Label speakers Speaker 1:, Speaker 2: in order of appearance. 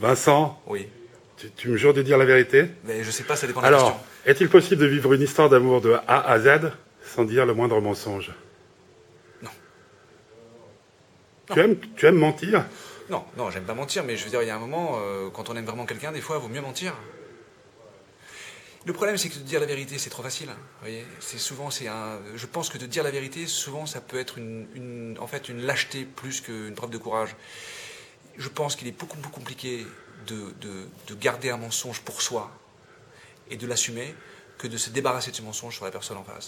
Speaker 1: Vincent,
Speaker 2: Oui.
Speaker 1: tu, tu me jures de dire la vérité
Speaker 2: Mais je sais pas, ça dépend de la
Speaker 1: Alors,
Speaker 2: question.
Speaker 1: est-il possible de vivre une histoire d'amour de A à Z sans dire le moindre mensonge
Speaker 2: Non.
Speaker 1: Tu aimes, tu aimes mentir
Speaker 2: Non, non, j'aime pas mentir, mais je veux dire, il y a un moment, euh, quand on aime vraiment quelqu'un, des fois, il vaut mieux mentir. Le problème, c'est que de dire la vérité, c'est trop facile. hein, vous voyez, c'est souvent, c'est un. Je pense que de dire la vérité, souvent, ça peut être une, une- en fait, une lâcheté plus qu'une preuve de courage. Je pense qu'il est beaucoup plus compliqué de, de- de garder un mensonge pour soi et de l'assumer que de se débarrasser de ce mensonge sur la personne en face.